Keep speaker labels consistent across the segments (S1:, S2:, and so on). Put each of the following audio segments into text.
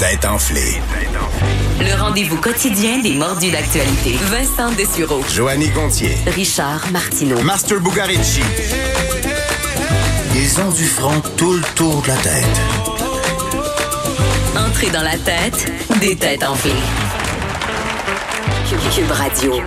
S1: Tête enflée.
S2: Le rendez-vous quotidien des mordus d'actualité. Vincent Dessureau.
S1: Joanny Gontier.
S2: Richard Martineau.
S1: Master Bugarici. Ils ont du front tout le tour de la tête.
S2: Entrée dans la tête des têtes enflées. Cube, Cube Radio.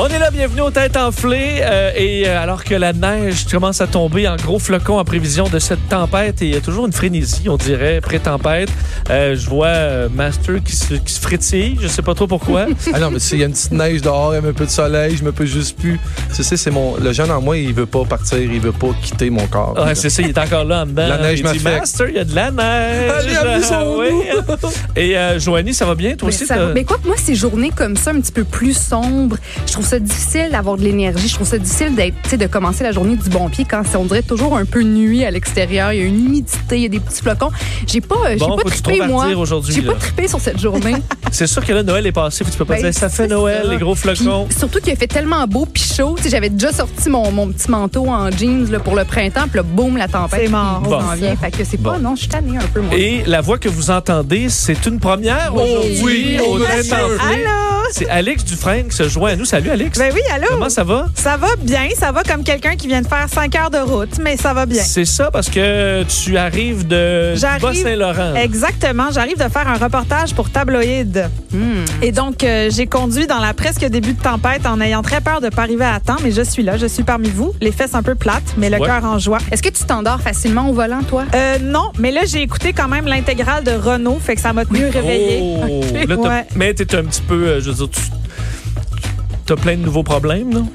S3: On est là, bienvenue aux têtes enflées. euh, et euh, alors que la neige commence à tomber en gros flocons en prévision de cette tempête, et il y a toujours une frénésie, on dirait, pré-tempête. Euh, je vois euh, Master qui se, qui se frétille, je sais pas trop pourquoi.
S4: Ah non, mais s'il y a une petite neige dehors, il y a un peu de soleil, je me peux juste plus. Tu sais, c'est mon. Le jeune en moi, il veut pas partir, il veut pas quitter mon corps.
S3: Ouais, c'est ça, il est encore là en dedans.
S4: La
S3: hein.
S4: neige
S3: il dit,
S4: m'affecte.
S3: Master, il y a de la neige.
S4: Allez, amusons-nous.
S3: oui. Et euh, Joanie, ça va bien, toi
S5: Mais,
S3: aussi?
S5: Ben, ça-
S3: t'as-
S5: mais quoi que moi, ces journées comme ça, un petit peu plus sombres, je trouve ça difficile d'avoir de l'énergie. Je trouve ça difficile d'être, tu sais, de commencer la journée du bon pied quand c'est, on dirait, toujours un peu nuit à l'extérieur. Il y a une humidité, il y a des petits flocons. J'ai pas, euh, j'ai
S3: Bon,
S5: pas
S3: faut que tu
S5: trippé,
S3: trouves à
S5: moi.
S3: dire aujourd'hui,
S5: J'ai
S3: là.
S5: pas trippé sur cette journée.
S3: C'est sûr que là, Noël est passé, puis tu peux pas
S5: Ben,
S3: dire ça fait
S5: c'est
S3: Noël,
S5: ça.
S3: les gros flocons.
S5: Puis, surtout qu'il a fait tellement beau puis chaud. Tu sais, j'avais déjà sorti mon, mon petit manteau en jeans là, pour le printemps, puis là, boum, la tempête.
S6: C'est mort.
S5: On
S3: Bon.
S5: s'en vient. Fait que c'est pas,
S3: Bon.
S5: non, je suis tannée un peu, moi.
S3: Et la voix que vous entendez, c'est une première aujourd'hui
S4: Oh oui,
S3: au
S4: on
S3: Tête
S4: est heureux.
S3: enflée.
S6: Allô?
S3: C'est Alex Dufresne qui se joint à nous. Salut, Alex.
S6: Ben oui, allô?
S3: Comment ça va?
S6: Ça va bien, ça va comme quelqu'un qui vient de faire 5 heures de route, mais ça va bien.
S3: C'est ça, parce que tu arrives de
S6: J'arrive-
S3: Bas-Saint-Laurent.
S6: Exactement, j'arrive de faire un reportage pour Tabloïd.
S5: Hmm.
S6: Et donc, euh, j'ai conduit dans la presque début de tempête en ayant très peur de pas arriver à temps, mais je suis là, je suis parmi vous, les fesses un peu plates, mais le
S3: Ouais.
S6: cœur en joie.
S5: Est-ce que tu t'endors facilement au volant, toi?
S6: Euh, non, mais là, j'ai écouté quand même l'intégrale de Renault, fait que ça m'a tenu réveillée.
S3: Oh,
S6: Ok.
S3: là, t'as-
S6: Ouais.
S3: Mais t'es un petit peu, euh, je veux dire, tu as plein de nouveaux problèmes, non?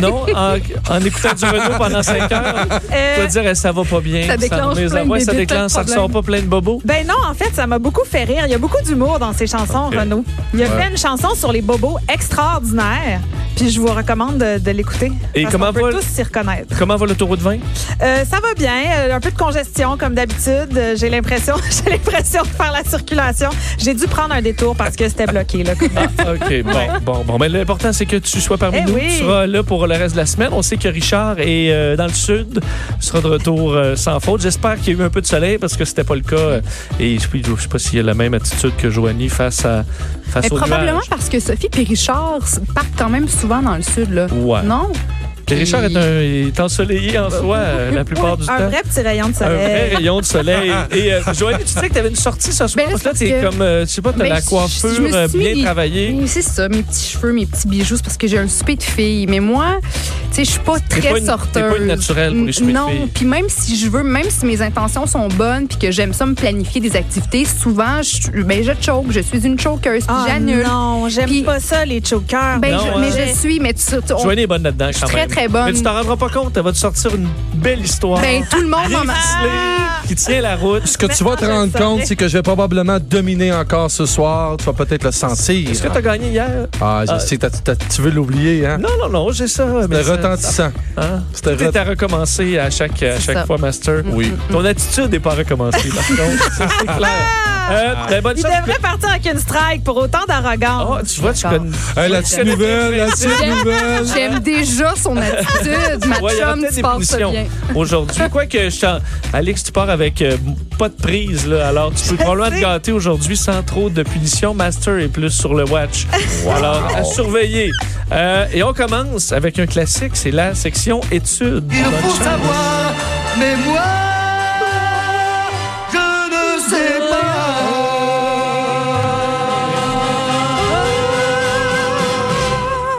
S3: non? En, en écoutant du Renault pendant 5 heures, tu vas
S6: Euh,
S3: dire, eh, ça va pas bien.
S5: Ça déclenche
S3: remise-
S5: plein de
S3: ouais, ça
S5: débuts,
S3: déclenche,
S5: plein
S3: ça
S5: de
S3: ressort pas plein de bobos.
S6: Ben non, en fait, ça m'a beaucoup fait rire. Il y a beaucoup d'humour dans ces chansons,
S3: Ok.
S6: Renaud. Il y a
S4: Ouais.
S6: fait une chanson sur les bobos extraordinaire. Puis je vous recommande de, de l'écouter.
S3: Et
S6: parce
S3: comment
S6: qu'on peut
S3: va-
S6: tous s'y reconnaître.
S3: Comment va l'autoroute 20?
S6: Euh, ça va bien. euh, un peu de congestion comme d'habitude. Euh, J'ai l'impression, j'ai l'impression de faire la circulation. J'ai dû prendre un détour parce que c'était bloqué. Là.
S3: Ah, OK, bon, bon, bon. Mais l'important, c'est que tu sois parmi
S6: Eh
S3: nous.
S6: oui.
S3: Tu seras là pour le reste de la semaine. On sait que Richard est euh, dans le sud. Il sera de retour euh, sans faute. J'espère qu'il y a eu un peu de soleil parce que c'était pas le cas. euh, Et je ne sais pas s'il a la même attitude que Joanie face à face
S5: Mais
S3: au
S5: probablement parce que Sophie et Richard s- partent quand même souvent dans le sud, là.
S3: Ouais.
S5: Non?
S3: Puis Richard est, un, est ensoleillé en soi euh, la plupart du
S6: un
S3: temps.
S6: vrai petit rayon de
S3: Un vrai
S6: soleil.
S3: rayon de soleil. Et euh, Joanie, tu disais que tu avais une sortie ce soir.
S5: Ben là,
S3: parce que là,
S5: c'est
S3: t'es
S5: parce que-
S3: comme, euh, je sais pas, t'as
S5: Ben,
S3: la
S5: je- je
S3: coiffure
S5: me suis
S3: euh, bien
S5: mis-
S3: travaillée.
S5: Mais C'est ça, mes petits cheveux, mes petits bijoux, c'est parce que j'ai un souper de filles. Mais moi, tu sais, je suis pas
S3: T'es
S5: très
S3: pas une-
S5: sorteuse.
S3: t'es pas une naturelle pour les cheveux de
S5: Non,
S3: filles.
S5: puis même si je veux, même si mes intentions sont bonnes, puis que j'aime ça me planifier des activités, souvent, je, ben, je choke, je suis une chokeuse, puis
S6: Ah
S5: j'annule.
S6: non,
S5: Puis-
S6: j'aime pas ça, les chokers.
S5: Ben,
S3: Non,
S5: je-
S3: hein.
S5: Mais je suis, mais tu, tu- on-
S3: Joanie est bonne là-dedans,
S5: Oh. suis
S3: quand
S5: très,
S3: même.
S5: très bonne.
S3: Mais tu t'en rendras pas compte, elle va te sortir une belle histoire.
S5: ben, tout le monde
S3: Bien
S5: en
S3: ficelée, qui tient la route.
S4: Ce que tu vas te
S6: Maintenant, je le
S4: rendre compte,
S6: saurais.
S4: c'est que je vais probablement dominer encore ce soir. Tu vas peut-être le sentir.
S3: Est-ce que t'as gagné hier?
S4: Ah, je
S3: Ah.
S4: sais, t'as- t'as- tu veux l'oublier, hein?
S3: Non, non, non, j'ai ça. mais
S4: C'était
S3: ça-
S4: retentissant.
S3: Hein?
S4: C'était
S3: Tout est
S4: retentissant.
S3: à recommencer à chaque, à
S5: C'est
S3: chaque
S5: ça. Mm,
S3: fois, Master.
S4: Oui.
S3: Ton attitude n'est pas recommencée, par contre. Ça, c'est clair. Euh, ben, bonne
S6: Il
S3: chance.
S6: devrait partir avec une strike pour autant
S3: Oh,
S6: d'arrogance.
S3: tu vois, tu
S5: D'accord.
S3: connais.
S4: Hey, la petite nouvelle, la petite nouvelle.
S5: J'aime déjà son attitude. Ma
S3: Ouais, il y aura
S5: chum,
S3: peut-être
S5: tu
S3: des
S5: passes ça
S3: punitions
S5: bien.
S3: aujourd'hui. Quoique, je t'en- Alex, tu pars avec euh, pas de prise, là. Alors, tu peux probablement te
S6: sais.
S3: gâter aujourd'hui sans trop de punitions. Master est plus sur le watch. Alors, à surveiller. Euh, et on commence avec un classique, c'est la section études. Bonne chance.
S7: Mais moi, je ne sais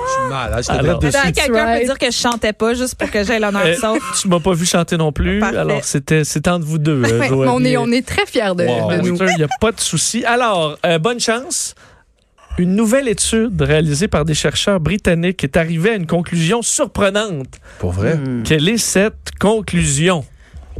S4: Je suis mal, hein, je te
S3: Alors.
S4: traite de-
S6: Attends,
S5: suis
S6: Quelqu'un
S5: right.
S6: peut dire que je chantais pas juste pour que j'aie l'honneur de
S3: Euh,
S6: ça.
S3: tu m'as pas vu chanter non plus.
S6: Parfait.
S3: Alors, c'était c'était entre vous deux. euh,
S5: Ouais,
S3: Joanie
S5: on, est,
S3: et-
S5: on est très fiers de,
S4: Wow.
S5: de nous.
S3: Il n'y a pas de souci. Alors, euh, bonne chance. Une nouvelle étude réalisée par des chercheurs britanniques est arrivée à une conclusion surprenante.
S4: Pour vrai?
S3: Quelle est cette conclusion?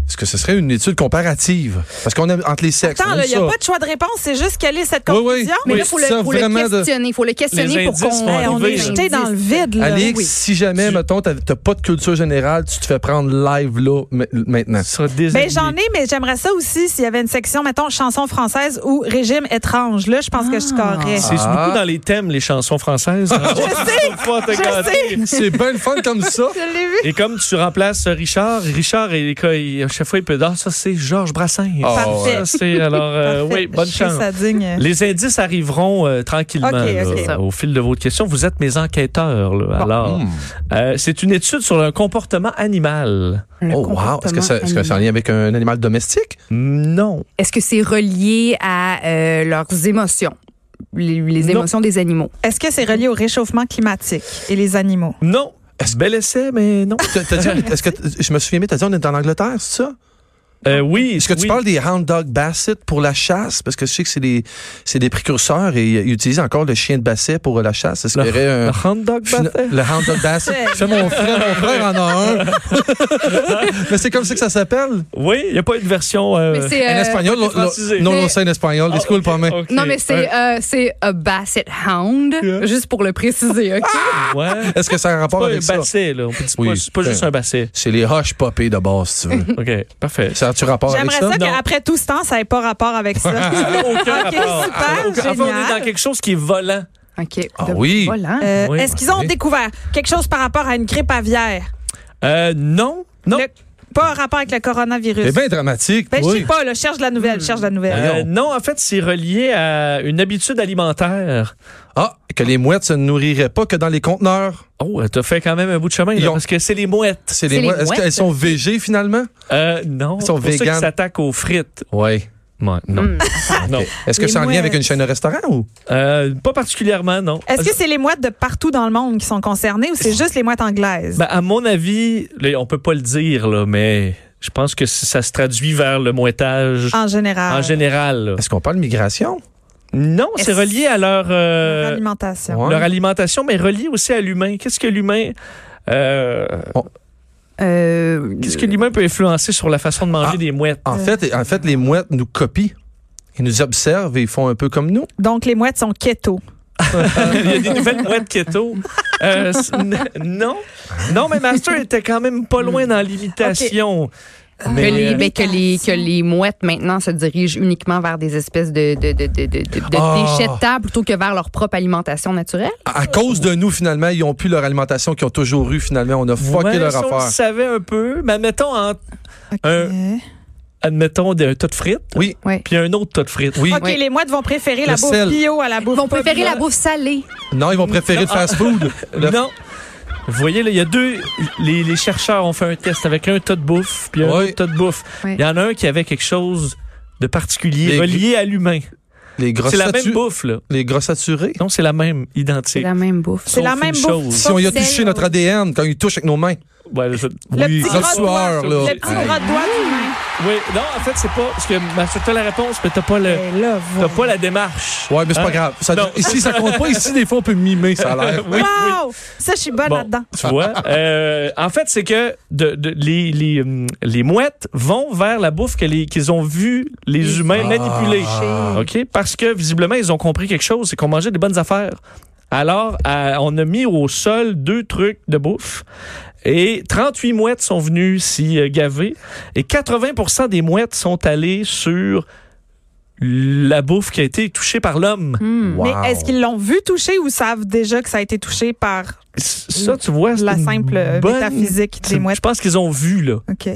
S4: Est-ce que ce serait une étude comparative? Parce qu'on aime entre les sexes.
S6: Attends,
S4: on aime
S6: il n'y a
S4: ça.
S6: pas de choix de réponse, c'est juste quelle est cette
S4: Oui, oui.
S6: conclusion.
S5: Mais
S4: Oui,
S5: là, il faut, le,
S4: ça,
S5: faut le
S4: vraiment de-
S5: questionner. faut le questionner
S3: Les
S5: pour
S3: indices
S5: qu'on
S3: vont
S6: Hey, on
S3: arriver,
S6: est
S3: là.
S6: jeté
S4: Oh,
S6: dans le vide. Là.
S4: Alex,
S6: Oui.
S4: si jamais,
S3: Tu-
S4: mettons, t'as t'as pas de culture générale, tu te fais prendre live là m- maintenant.
S3: Ça
S6: Ben, j'en ai, mais j'aimerais ça aussi s'il y avait une section, mettons, chanson française ou régime étrange. Là, je pense que je scorerais.
S3: C'est
S4: Ah.
S3: beaucoup dans les thèmes, les chansons françaises. hein. je sais,
S6: je sais.
S4: C'est bien le fun comme ça.
S6: Je l'ai vu.
S3: Et comme tu remplaces Richard, Richard est, il- il- chaque fois, il peut dire, Ah, ça, c'est Georges Brassens.
S4: Ah,
S6: Parfait.
S3: Ça, c'est, alors, euh,
S6: Parfait.
S3: oui, bonne
S6: Je suis
S3: chance.
S6: sa digne.
S3: Les indices arriveront euh, tranquillement
S6: Ok, ok.
S3: là,
S6: C'est ça.
S3: au fil de votre question. Vous êtes mes enquêteurs. là. Alors,
S4: hmm.
S3: euh, c'est une étude sur le comportement animal.
S5: Le
S4: Oh, wow. Est-ce que ça- est-ce que c'est en
S5: comportement
S4: lien avec un animal domestique?
S3: Non.
S5: Est-ce que c'est relié à euh, leurs émotions? Les, les
S3: Non.
S5: émotions des animaux.
S6: Est-ce que c'est relié au réchauffement climatique et les animaux?
S3: Non. Bel essai, mais non.
S4: T'as- t'as dit, est-ce que t- je me souviens, mais t'as dit on est en Angleterre, c'est ça?
S3: Euh, oui.
S4: Ah. Est-ce que tu
S3: oui.
S4: parles des Hound Dog Basset pour la chasse? Parce que je sais que c'est des, c'est des précurseurs et ils utilisent encore le chien de basset pour euh, la chasse. Est-ce qu'il y aurait
S3: Le
S4: un.
S3: hot dog
S4: Fina-
S3: parfait?
S4: Le Hound Dog Basset. C'est mon frère, mon frère en a un. Mais c'est comme ça que ça s'appelle.
S3: Oui, il n'y a pas une version. euh,
S5: Mais c'est,
S4: en
S5: euh,
S4: espagnol, lo-
S3: francisé.
S4: lo- non,
S5: Mais-
S4: non, c'est en espagnol. Disculpe, mais.
S3: ok.
S5: Non, mais c'est euh, c'est a Basset Hound, juste pour le préciser, OK?
S3: Ouais.
S4: Est-ce que ça a un rapport
S3: Pas
S4: avec
S3: un
S4: ça?
S3: basset, là. On peut dire
S4: Oui. ben.
S3: pas- c'est pas juste un basset.
S4: C'est les roches popées de base, si tu veux.
S3: OK, parfait.
S4: ça a-tu rapport avec
S6: J'aimerais
S4: ça?
S6: ça,
S3: Ah, Non.
S6: qu'après tout ce temps, ça n'ait pas rapport avec ça.
S5: Ah,
S3: Aucun
S6: Ok,
S3: rapport. Ah,
S6: super,
S3: Aucun- Enfin, on est dans
S6: génial.
S3: quelque chose qui est volant.
S5: OK.
S4: Ah
S5: De-
S4: oui.
S5: Voilà.
S6: Euh,
S3: Oui.
S6: Est-ce qu'ils ont
S4: Oui.
S6: découvert quelque chose par rapport à une grippe aviaire?
S3: Euh, non, non. Eh
S6: Le- pas en rapport avec le coronavirus.
S4: C'est Eh bien dramatique.
S6: Ben, je
S4: oui.
S6: sais pas, là, cherche de la nouvelle, cherche de la nouvelle.
S3: Euh, non, en fait, c'est relié à une habitude alimentaire.
S4: Ah, que les mouettes se nourriraient pas que dans les conteneurs.
S3: Oh, t'as fait quand même un bout de chemin, là,
S4: Ils ont-
S3: parce que c'est les mouettes.
S4: C'est les
S5: C'est les
S4: mouettes. Est-ce
S5: mouettes.
S4: qu'elles sont végées finalement?
S3: Euh, non,
S4: Ils sont
S3: pour ceux qui
S4: véganes.
S3: s'attaquent aux frites.
S4: Oui.
S3: Ouais, non.
S5: Hmm.
S3: non.
S4: Est-ce que
S6: Les
S4: c'est en lien avec
S6: mouettes.
S4: une chaîne de restaurant ou?
S3: Euh, pas particulièrement, non.
S6: Est-ce que c'est les mouettes de partout dans le monde qui sont concernées ou c'est juste les mouettes anglaises?
S3: Ben, à mon avis, là, on peut pas le dire, là, mais je pense que c- ça se traduit vers le mouettage
S6: en général.
S3: en général. là.
S4: Est-ce qu'on parle migration?
S3: Non, c'est
S6: Est-ce-
S3: relié à leur, euh,
S6: Leur alimentation.
S4: Ouais.
S3: leur alimentation, mais relié aussi à l'humain. Qu'est-ce que l'humain... euh,
S5: Euh,
S3: Qu'est-ce que l'humain peut influencer sur la façon de manger
S4: Ah.
S3: des mouettes?
S4: En, fait, en fait, les mouettes nous copient. Ils nous observent et ils font un peu comme nous.
S6: Donc, les mouettes sont keto.
S3: Il y a des nouvelles mouettes keto. Euh, c- n- non. Non, mais Master était quand même pas loin dans l'imitation.
S5: que
S3: Mais,
S5: les,
S3: euh,
S5: mais que, les, que les mouettes maintenant se dirigent uniquement vers des espèces de, de, de, de, de, de
S4: Ah.
S5: déchets de table plutôt que vers leur propre alimentation naturelle.
S4: À, à cause de nous, finalement, ils ont plus leur alimentation qu'ils ont toujours eu, finalement. On a fucké
S3: euh, Ouais,
S4: leur
S3: ça, on le
S4: affaire.
S3: savait un peu, mais admettons, en-
S6: OK.
S3: Euh, admettons un tas de frites,
S4: Oui.
S5: Oui.
S3: puis un autre tas de frites.
S4: Oui.
S6: OK,
S5: oui.
S6: les mouettes vont préférer la
S4: Le
S6: bouffe
S4: sel.
S6: bio à la bouffe.
S5: Ils vont préférer la bouffe salée.
S4: Non, ils vont préférer le fast-food. Le-
S3: Non. Vous voyez, là, il y a deux. Les, les chercheurs ont fait un test avec un tas de bouffe, puis un
S4: Oui.
S3: autre tas de bouffe. Il
S5: Oui.
S3: y en a un qui avait quelque chose de particulier,
S4: Les-
S3: relié à l'humain.
S4: Les grosses
S3: C'est la même
S4: statues-
S3: bouffe, là.
S4: Les grosses saturées.
S3: Non, c'est la même,
S5: C'est
S3: identique.
S5: la même bouffe.
S6: C'est la
S3: Sauf
S6: même
S3: une
S6: bouffe.
S3: chose.
S4: Si on y a
S5: Celle-
S4: touché notre ADN quand ils touchent avec nos mains.
S3: Ouais, là, ça-
S6: Le
S3: oui,
S6: petit
S4: Le
S6: gras de
S4: soir,
S6: doigt.
S4: là.
S6: Le petit gras de doigt du
S3: oui. Non, en fait, c'est pas. Parce que Mathieu, t'as la réponse, mais t'as pas, le,
S6: main. Et là,
S3: t'as
S6: voilà.
S3: pas la démarche.
S4: Ouais, mais c'est
S3: Hein?
S4: pas grave. Ça-
S3: Non.
S4: ici, ça compte pas. Ici, des fois, on peut mimer, ça a l'air.
S3: Oui, oui.
S6: Wow! Ça, je suis bonne
S3: Bon,
S6: là-dedans.
S3: Tu vois? Euh, en fait, c'est que de, de- les, les, hum, les mouettes vont vers la bouffe que les- qu'ils ont vu les humains
S6: Ah.
S3: manipuler. OK? Parce que visiblement, ils ont compris quelque chose, c'est qu'on mangeait des bonnes affaires. Alors, euh, on a mis au sol deux trucs de bouffe. Et 38 mouettes sont venues s'y euh, gaver. Et 80 des mouettes sont allées sur la bouffe qui a été touchée par l'homme.
S6: Mm.
S5: Hmm.
S4: Wow.
S6: Mais est-ce qu'ils l'ont vu toucher ou savent déjà que ça a été touché par
S3: Ça, tu vois, c'est
S6: la
S3: une
S6: simple euh,
S3: bonne-
S6: métaphysique des
S3: C'est-
S6: mouettes?
S3: Je pense qu'ils ont vu, là.
S6: OK.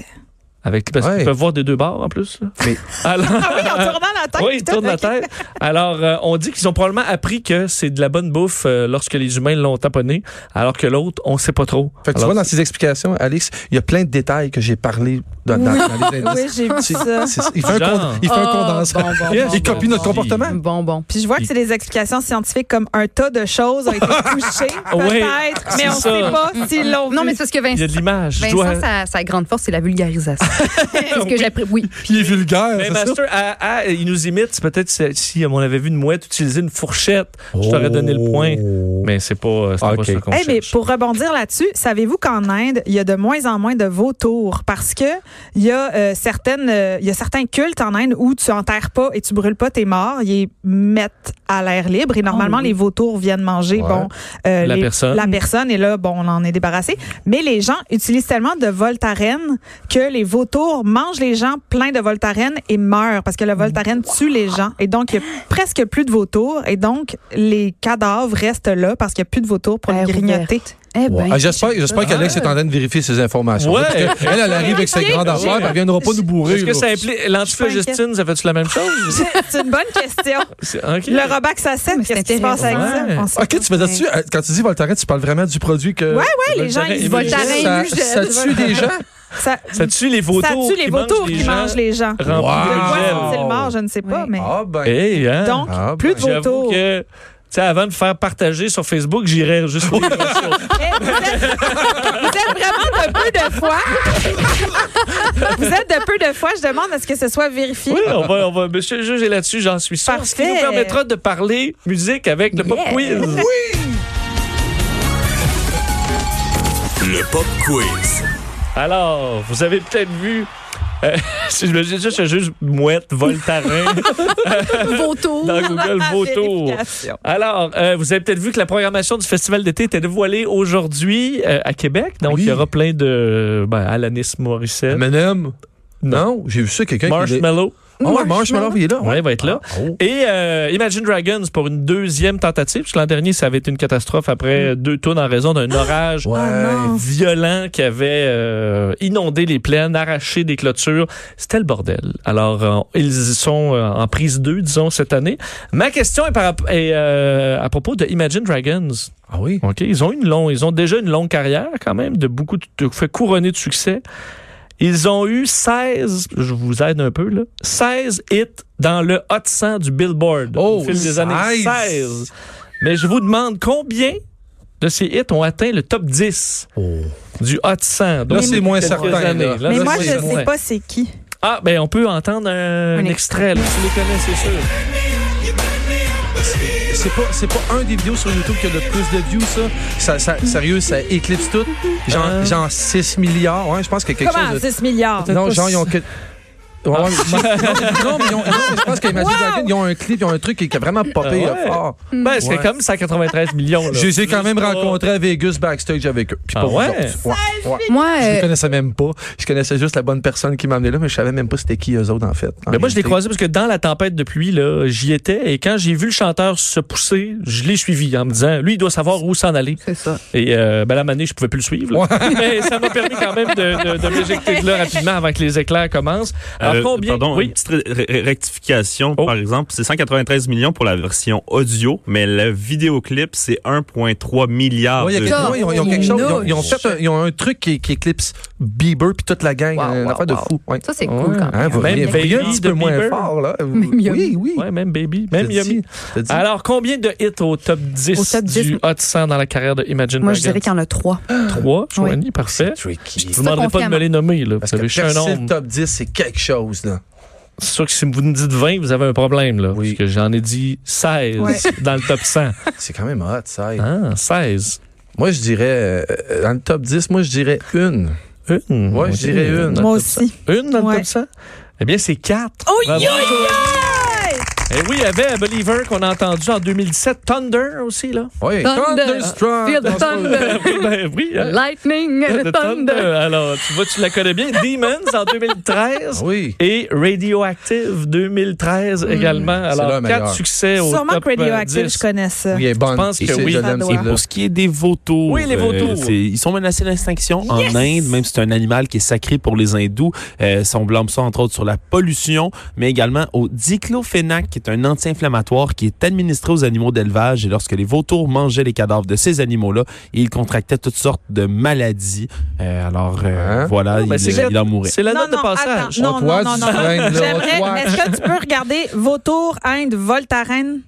S3: Avec, parce
S4: Ouais.
S3: qu'ils peuvent voir des deux bords, en plus. là.
S4: Mais-
S3: Alors,
S6: Ah oui, en tournant la tête.
S3: oui,
S6: puis
S3: ils
S6: tout,
S3: tournent la
S6: OK.
S3: tête. Alors, euh, on dit qu'ils ont probablement appris que c'est de la bonne bouffe euh, lorsque les humains l'ont taponné, alors que l'autre, on sait pas trop.
S4: Fait que tu
S3: Alors,
S4: vois, dans ces explications, Alex, il y a plein de détails que j'ai parlé dans, dans- dans les indices.
S6: Oui, j'ai vu ça.
S4: C'est- c'est- il fait un,
S3: Genre.
S4: cond- il fait un
S5: Oh,
S4: condensé.
S5: bon, bon,
S4: il
S5: bon, bon,
S4: copie notre
S3: bon.
S4: comportement.
S5: Bon, bon.
S6: Puis je vois que c'est des explications scientifiques comme un tas de choses ont été touchées,
S3: Ouais,
S6: peut-être, mais
S3: c'est
S6: on
S3: ça.
S6: sait pas s'ils l'ont
S5: Non,
S6: vu.
S5: mais c'est parce que
S3: il y a de
S5: Vincent,
S3: l'image. Je
S6: Ben,
S5: Vincent
S3: dois-
S5: sa, sa grande force, c'est la vulgarisation. c'est ce que j'ai appris. Oui.
S4: Puis il est vulgaire,
S3: Mais
S4: c'est ça?
S3: Ben, Master, à- à- il nous imite. C'est Peut-être si- si on avait vu une mouette utiliser une fourchette, je t'aurais donné le point. Mais c'est pas, euh, c'est
S4: Ah,
S3: pas
S4: Oh. ok.
S3: ça qu'on
S6: Eh, mais
S3: cherche.
S6: pour rebondir là-dessus, savez-vous qu'en Inde, il y a de moins en moins de vautours parce que il y a euh, certaines, euh, il y a certains cultes en Inde où tu enterres pas et tu brûles pas tes morts, ils les mettent à l'air libre et normalement
S5: Oh
S6: les vautours viennent manger
S4: Ouais.
S6: bon euh,
S3: La
S6: les-
S3: personne.
S6: la personne et là bon on en est débarrassé, mais les gens utilisent tellement de voltaren que les vautours mangent les gens pleins de voltaren et meurent parce que le voltaren tue les gens. Et donc, il y a presque plus de vautours. Et donc, les cadavres restent là parce qu'il n'y a plus de vautours pour les
S5: Air
S6: grignoter.
S5: ouverte. Eh
S4: Ouais.
S5: ben,
S4: Ah, J'espère j'espère qu'Alex est en train de vérifier ces informations.
S3: Ouais.
S4: Parce que Elle, elle arrive avec sa grande affaire, puis elle viendra pas nous bourrer.
S3: Est-ce que
S4: là.
S3: ça implique. L'antiflogistine, ça fait-tu la même chose?
S6: C'est une bonne question.
S3: C'est- OK.
S6: Le Robax à
S5: mais c'est
S6: qu'est-ce qui se passe avec
S3: intéressant. Ouais.
S6: ça? On sait
S4: Ok,
S6: pas.
S4: tu faisais dessus. Quand tu dis Voltaren, tu parles vraiment du produit que.
S6: Ouais, ouais, les gens,
S3: euh, Voltaren
S6: ils
S3: et
S6: volent
S3: Mugel.
S4: ça, ça tue des gens.
S6: Ça,
S3: Ça tue les vautours.
S6: ça tue les
S3: qui
S6: vautours
S3: mangent les
S6: qui
S3: gens Ah.
S6: mangent les gens.
S3: remplis
S6: De
S3: de
S6: quoi
S3: gel.
S4: Wow.
S6: sont-ils morts? Je ne sais pas,
S5: Ouais.
S6: mais...
S4: Ah, ben.
S3: Hey, hein?
S6: Donc,
S4: Ah, ben.
S6: plus de
S3: J'avoue
S6: vautours.
S3: que. tu sais, avant de faire partager sur Facebook, j'irais juste. pour les vautours.
S6: Hey, vous, êtes, vous êtes vraiment de peu de foi. vous êtes de peu de foi. Je demande à ce que ce soit vérifié.
S3: Oui, on va, on va. Monsieur le juge est là-dessus, j'en suis sûr. Ce qui nous
S6: Parfait.
S3: permettra de parler musique avec le pop quiz.
S1: Le pop quiz.
S3: Alors, vous avez peut-être vu. euh, si je me dis juste, je juge mouette, voltarin
S5: Vautour.
S3: dans Google Vautour.
S6: Vérification.
S3: Alors, euh, vous avez peut-être vu que la programmation du festival d'été était dévoilée aujourd'hui euh, à Québec. Donc,
S4: Oui.
S3: il y aura plein de. Ben, Alanis Morissette,
S4: Eminem. Non, j'ai vu ça, quelqu'un qui.
S3: Marshmallow.
S4: Oh, ouais, Marshmallow, il est là.
S3: Ouais, il va être là.
S4: Oh.
S3: Et euh, Imagine Dragons pour une deuxième tentative, parce que l'an dernier, ça avait été une catastrophe après deux tours en raison d'un orage
S4: Ouais.
S3: violent qui avait euh, inondé les plaines, arraché des clôtures. C'était le bordel. Alors, euh, ils sont euh, en prise 2, disons, cette année. Ma question est, par, rapp- est, euh, à propos de Imagine Dragons.
S4: Ah oui.
S3: OK, ils ont une longue, ils ont déjà une longue carrière quand même, de beaucoup de, de fait couronner de succès. Ils ont eu 16, je vous aide un peu là, 16 hits dans le hot 100 du Billboard
S4: Oh,
S3: au fil des années
S4: 16.
S3: 16. Mais je vous demande combien de ces hits ont atteint le top 10 du hot 100. Donc,
S4: Oh. Là, c'est moins
S3: quelques
S4: certain, là.
S3: années.
S4: Là,
S6: Mais
S4: là,
S6: moi,
S4: c'est
S6: je ne
S4: bon.
S6: sais pas c'est qui.
S3: Ah, ben on peut entendre un,
S5: Un
S3: extrait. là. Tu les connais, c'est sûr.
S4: C'est pas, c'est pas un des vidéos sur YouTube qui a le plus de views, ça. ça, ça- sérieux, ça éclipse tout. Genre,
S3: Euh.
S4: genre 6 milliards. Ouais, je pense qu'il y a quelque
S6: Comment?
S4: chose de-
S6: 6 milliards.
S4: Non,
S3: pas
S4: genre,
S3: si-
S4: ils ont que. Ouais, ouais,
S3: Ah.
S4: non, non, mais ils ont, non, mais je pense qu'Imagine
S6: Wow!
S4: Dragon, ils ont un clip, ils ont un truc qui qui a vraiment popé
S3: Ah ouais.
S4: euh, fort.
S3: Ben, c'est
S4: Ouais.
S3: comme 193 millions. là. Oh,
S4: Je les ai quand même
S3: Juste pas-
S4: rencontrés à Vegas backstage avec eux. Puis
S3: Ah
S4: pas vous
S3: ouais?
S4: autres. Ouais, ouais.
S5: Moi,
S4: Je les
S5: euh,
S4: connaissais même pas. Je connaissais juste la bonne personne qui m'a amené là, mais je savais même pas c'était qui eux autres, en fait.
S3: Mais moi, je l'ai croisé parce que dans la tempête de pluie, là, j'y étais et quand j'ai vu le chanteur se pousser, je l'ai suivi en me disant, lui, il doit savoir où s'en aller.
S5: c'est ça.
S3: Et euh, ben, la manée, je pouvais plus le suivre. là. Mais ça m'a permis quand même de, de, de m'éjecter de là rapidement avant que les éclairs commencent. Alors,
S8: Euh,
S3: combien?
S8: Pardon, une
S3: oui.
S8: petite ré- ré- rectification,
S3: Oh.
S8: par exemple. C'est 193 millions pour la version audio, mais le vidéoclip, c'est 1,3 milliard.
S4: Ouais, Oh, il y a
S8: de-
S4: quelque-
S5: Ah, Ça,
S4: ouais, ils, ont, ils ont
S5: on
S4: quelque chose. Ils ont,
S5: nage.
S4: ils ont fait un, ils ont un truc qui, qui éclipse Bieber puis toute la gang. euh,
S5: Wow,
S4: une
S5: wow,
S4: affaire
S5: wow.
S4: de fou. Ouais.
S5: Ça, c'est cool quand
S4: Hein,
S5: même. Ben,
S4: vous
S3: Même
S4: riez- vous riez un
S3: Baby
S4: petit
S3: de
S4: peu moins
S3: Bieber.
S4: fort, là.
S5: Même Yummy.
S4: Oui, oui.
S3: Ouais, même baby,
S4: Je
S3: même
S4: te
S3: Yummy.
S4: dis, je te dis.
S3: Alors, combien de hits au top 10,
S6: Au top 10?
S3: du Hot 100 dans la carrière de Imagine
S5: Moi, je
S3: Dragons?
S5: dirais qu'il y en a trois.
S3: 3, Joanie, parfait.
S4: Tricky.
S3: Je vous demanderai pas de me les nommer, là.
S4: Parce
S3: vous
S4: que
S3: avez
S4: percer
S3: un nombre.
S4: le top 10, c'est quelque chose, là.
S3: C'est sûr que si vous nous dites 20, vous avez un problème, là.
S4: Oui.
S3: Parce que j'en ai dit 16
S6: Ouais.
S3: dans le top 100.
S4: C'est quand même hot, ça.
S3: Ah, 16.
S4: Moi, je dirais, euh, dans le top 10, moi, je dirais une.
S3: Une.
S4: Ouais, je
S3: Ok.
S4: dirais une.
S3: Dans le
S6: Moi
S3: top 100.
S6: aussi.
S3: Une dans le
S6: Ouais.
S3: top 100? Eh bien, c'est 4.
S6: Oh,
S3: Bravo.
S6: yo, yo!
S3: Eh oui, il y avait Believer qu'on a entendu en 2017. Thunder aussi, là.
S4: Oui.
S5: Thunder.
S4: Thunderstruck.
S5: Feel the thunder.
S3: oui, ben oui. hein.
S5: Lightning and
S3: The Thunder.
S5: thunder.
S3: Alors, tu vois, tu la connais bien. Demons en 2013.
S4: Ah Oui.
S3: Et Radioactive 2013 également.
S4: là,
S3: Alors,
S4: meilleur.
S3: quatre succès au
S6: Sûrement
S3: top
S6: que Radioactive,
S3: 10.
S6: je connais ça.
S4: Oui, elle est bonne.
S3: Je pense
S4: Et
S3: que
S4: c'est-
S3: oui.
S4: je l'aime,
S6: Ça
S9: Et
S4: celle-là.
S6: doit.
S9: pour ce qui est des vautours, euh,
S3: Oui, les vautours.
S9: c'est- ils sont menacés d'extinction en Inde, même si c'est un animal qui est sacré pour les hindous. Euh, ça, on blâme ça, entre autres, sur la pollution, mais également au diclofénac, qui est un anti-inflammatoire qui est administré aux animaux d'élevage. Et lorsque les vautours mangeaient les cadavres de ces animaux-là, ils contractaient toutes sortes de maladies. Euh, alors, euh,
S4: Hein?
S9: voilà,
S3: Non, mais
S9: il,
S3: c'est
S9: il en mourait.
S3: C'est la
S6: Non,
S3: note de
S6: non,
S3: passage.
S6: attends, non,
S4: On toit
S6: non,
S4: du
S6: non, non.
S4: train, là, on
S6: J'aimerais,
S4: toit.
S6: mais est-ce que tu peux regarder Vautour, Inde, Voltaren?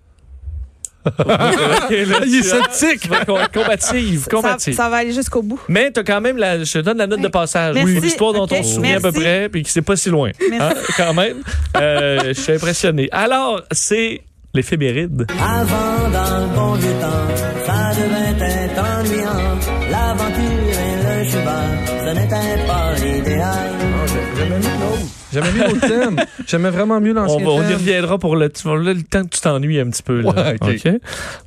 S3: Il est sceptique. Combative,
S6: Ça,
S3: combative.
S6: ça va aller jusqu'au bout.
S3: Mais t'as quand même la. Je te donne la note de passage.
S6: Merci.
S3: Oui. L'histoire dont
S6: Ok.
S3: on se souvient à peu
S6: Merci.
S3: près, puis qui c'est pas si loin.
S6: Merci.
S3: Hein, quand même. Euh, je suis impressionné. Alors, c'est l'éphéméride.
S7: Avant dans le bon vieux temps, ça devait être ennuyant. L'aventure et le cheval, ce n'était pas l'idéal.
S4: Ah, j'ai- j'aime bien l'autre. J'aimais mieux l'autre thème. J'aimais vraiment mieux
S3: On,
S4: l'ancien
S3: va- on y
S4: thème.
S3: reviendra pour le, tu- là, le temps que tu t'ennuies un petit peu. Là.
S4: Ouais, ok.
S3: OK?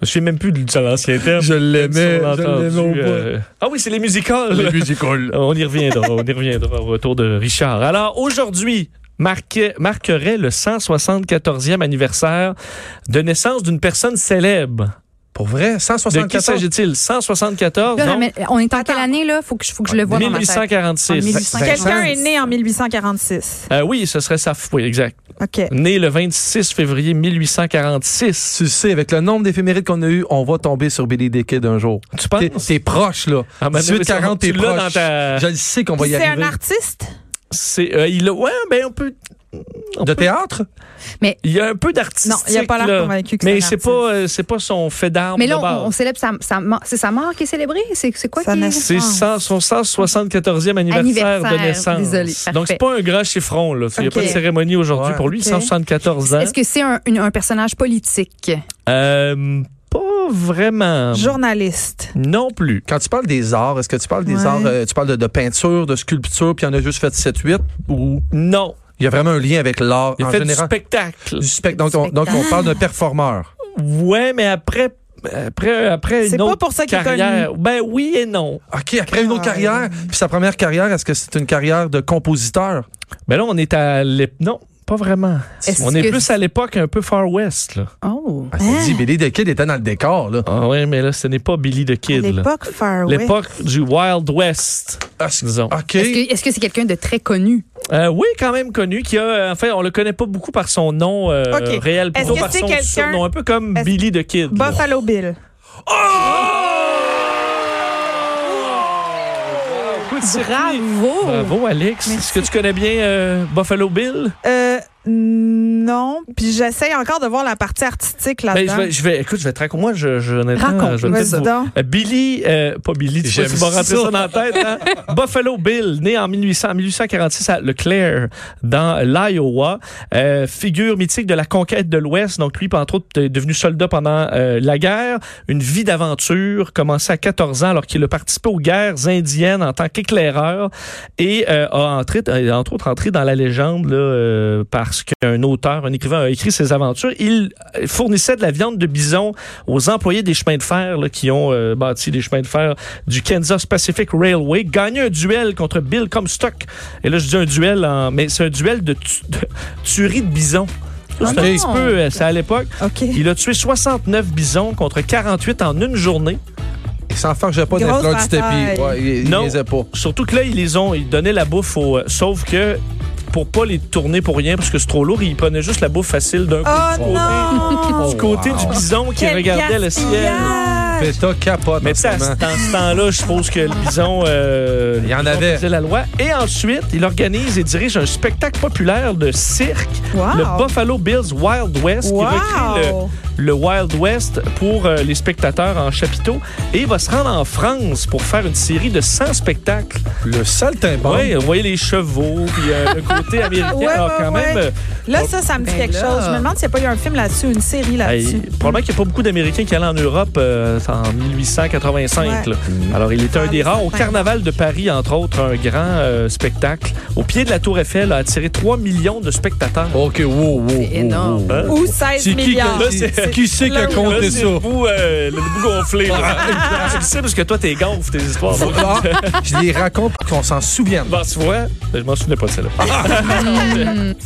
S3: Je sais même plus de de l'ancien thème.
S4: Je l'aimais,
S3: Même si on
S4: je
S3: l'a
S4: l'aimais au
S3: entendu,
S4: bout.
S3: euh, Ah oui, c'est les musicales.
S4: Les musicals.
S3: on y reviendra. on y reviendra au retour de Richard. Alors, aujourd'hui, marquait- marquerait le 174e anniversaire de naissance d'une personne célèbre.
S4: Pour vrai,
S3: De qui
S4: 174.
S3: s'agit-il? 174?
S5: Là,
S3: non?
S5: ramène- euh, on est en quelle année, là? Faut que, je- faut que je le vois dans ma tête. Ah,
S3: 1846.
S5: 1800.
S6: Quelqu'un est né en 1846.
S3: Euh, oui, ce serait sa foi, exact.
S6: OK.
S3: Né le 26 février 1846.
S4: Tu sais, avec le nombre d'éphémérides qu'on a eu, on va tomber sur Billy Dickhead un jour.
S3: Tu
S4: T'es-
S3: penses?
S4: T'es proche, là.
S3: Ah, mais non, mais
S4: 18,
S3: ça,
S4: 40,
S3: tu
S4: t'es
S3: l'as
S4: proche.
S3: dans ta-
S4: Je le sais qu'on va y
S6: C'est un
S4: arriver.
S6: artiste?
S3: C'est, euh, il a- ouais, ben on peut.
S4: De théâtre?
S3: Il y a un peu d'artistique.
S6: Non, il a pas l'air
S3: là.
S6: convaincu que c'est
S3: Mais
S6: un
S3: c'est
S6: artiste.
S3: pas, euh, c'est pas son fait d'armes
S5: Mais
S3: de
S5: là, on,
S3: base.
S5: on célèbre sa, sa mort. C'est sa mort qui est célébrée? C'est c'est quoi
S6: Sa
S5: qui est-
S6: naissance.
S3: c'est 100 son 174e anniversaire, de naissance.
S5: Anniversaire, désolé,
S3: Donc, c'est
S5: parfait.
S3: pas un grand chiffron. Là. Il n'y a
S5: Ok.
S3: pas de cérémonie aujourd'hui
S4: Ouais.
S3: pour lui.
S6: Ok.
S3: 174 ans.
S5: Est-ce que c'est un, une- un personnage politique?
S3: Euh, pas vraiment.
S6: Journaliste.
S3: Non plus.
S4: Quand tu parles des arts, est-ce que tu parles des
S6: Ouais.
S4: arts, euh, tu parles de, de peinture, de sculpture, puis il y en a juste fait 7-8, ou
S3: Non.
S4: il y a vraiment un lien avec l'art
S3: Il a
S4: en
S3: fait
S4: général?
S3: du spectacle.
S4: Du spec- donc, on, donc, on parle de performeur.
S3: Ouais, mais après, après, après
S6: C'est
S3: une
S6: pas
S3: autre
S6: pour ça qu'il est
S3: carrière. Ben oui et non.
S4: OK, après une autre carrière, puis sa première carrière, est-ce que c'est une carrière de compositeur?
S3: Mais Ben là, on est à l'ép... Non, pas vraiment.
S5: Est-ce
S3: on est
S5: que-
S3: plus à l'époque un peu Far West. Là.
S5: Oh.
S4: Ah, ça dit, Billy the Kid était dans le décor, là.
S3: Ah ouais, mais là, ce n'est pas Billy the
S6: À
S3: Kid. là.
S6: L'époque Far West.
S3: L'époque du Wild West,
S4: Ah, c'est-
S3: disons.
S4: OK.
S5: Est-ce que est-ce que c'est quelqu'un de très connu?
S3: Euh, oui, quand même connu, qui a, en fait, on le connaît pas beaucoup par son nom euh,
S6: Ok.
S3: réel,
S6: Est-ce
S3: plutôt
S6: que
S3: par
S6: c'est
S3: son
S6: quelqu'un-
S3: surnom, un peu comme
S6: Est-ce-
S3: Billy the Kid. là. Oh!
S6: Buffalo Bill.
S3: Écoute, c'est fini.
S5: Bravo!
S3: Bravo, Alex. Est-ce que tu connais bien euh, Buffalo Bill?
S6: Euh, non. Puis j'essaye encore de voir la partie artistique
S3: Ben, je,
S6: là-dedans.
S3: vais, je vais- écoute, je vais te raconter. Moi, je, je, honnêtement,
S5: Raconte,
S3: je vais peut-être
S6: Vas-y
S3: vous-
S6: donc.
S3: Euh, Billy, euh, pas Billy, tu vois,
S4: J'aime
S3: tu m'as rentré
S4: ça.
S3: ça dans la tête. hein? Buffalo Bill, né en 1800, 1846 à Leclerc, dans l'Iowa, euh, figure mythique de la conquête de l'Ouest. Donc lui, entre autres, est devenu soldat pendant euh, la guerre. Une vie d'aventure commencée à 14 ans alors qu'il a participé aux guerres indiennes en tant qu'éclaireur et euh, a entré, euh, entre autres entré dans la légende là, euh, parce qu'un auteur, un écrivain a écrit ses aventures. Il euh, fournissait de la viande de bison aux employés des chemins de fer là, qui ont euh, bâti les chemins de fer du Kansas Pacific Railway, gagné un duel contre Bill Comstock. Et là, je dis un duel, en- mais c'est un duel de, tu- de tuerie de bison. Ça, C'est un
S5: Ah non.
S3: petit peu, euh, c'est à l'époque.
S6: OK.
S3: Il a tué 69 bisons contre 48 en une journée.
S4: Il s'en fâchait pas des
S6: Grosse
S4: fleurs du tapis.
S6: bataille.
S4: Ouais, il, il
S3: Non.
S4: niaisait pas.
S3: Surtout que là, ils les ont, ils donnaient la bouffe au, euh, sauf que pour pas les tourner pour rien parce que c'est trop lourd, ils prenaient juste la bouffe facile d'un coup
S6: Oh
S3: ben,
S6: non!
S4: Oh,
S3: du côté du bison qui
S6: Quel
S3: regardait le ciel.
S6: gaspillage!
S4: Péta capote
S3: Mais
S4: en
S3: tu
S4: ce
S3: sais, à ce
S4: moment.
S3: temps- ce temps-là, je suppose que le bison. euh,
S4: Il y en
S3: le bison
S4: avait.
S3: faisait la loi. Et ensuite, il organise et dirige un spectacle populaire de cirque,
S6: Wow.
S3: le Buffalo Bills Wild West,
S6: Wow!
S3: qui recrée le, le Wild West pour euh, les spectateurs en chapiteau. Et il va se rendre en France pour faire une série de 100 spectacles.
S4: Le saltimbanque.
S3: Oui, vous voyez les chevaux, puis euh, le côté américain.
S6: Ouais,
S3: alors,
S6: ouais,
S3: quand
S6: ouais.
S3: même. euh,
S6: Là, ça, ça me dit
S5: Ben
S6: quelque
S5: là.
S6: chose. Je me demande s'il n'y a pas eu un film là-dessus, une série là-dessus.
S3: Hey, probablement qu'il n'y a pas beaucoup d'Américains qui allaient en Europe euh, en 1885.
S6: Ouais. Ah,
S3: là. Alors, il était un des rares. Au
S6: Certain.
S3: Carnaval de Paris, entre autres, un grand euh, spectacle. Au pied de la Tour Eiffel a attiré 3 millions de spectateurs.
S4: OK, wow, wow, wow,
S5: énorme.
S4: wow, wow.
S6: Ou 16
S4: C'est qui qui
S6: milliards.
S4: a- c'est- qui c'est qui a
S3: Là,
S4: compté
S3: c'est
S4: ça?
S3: le bout, euh, le bout gonflé. là. tu le sais parce que toi, t'es gonfle, tes histoires. Bon,
S4: Ah, je les raconte pour qu'on s'en souvienne.
S3: Ben, tu vois, je m'en souvenais pas de celle-là.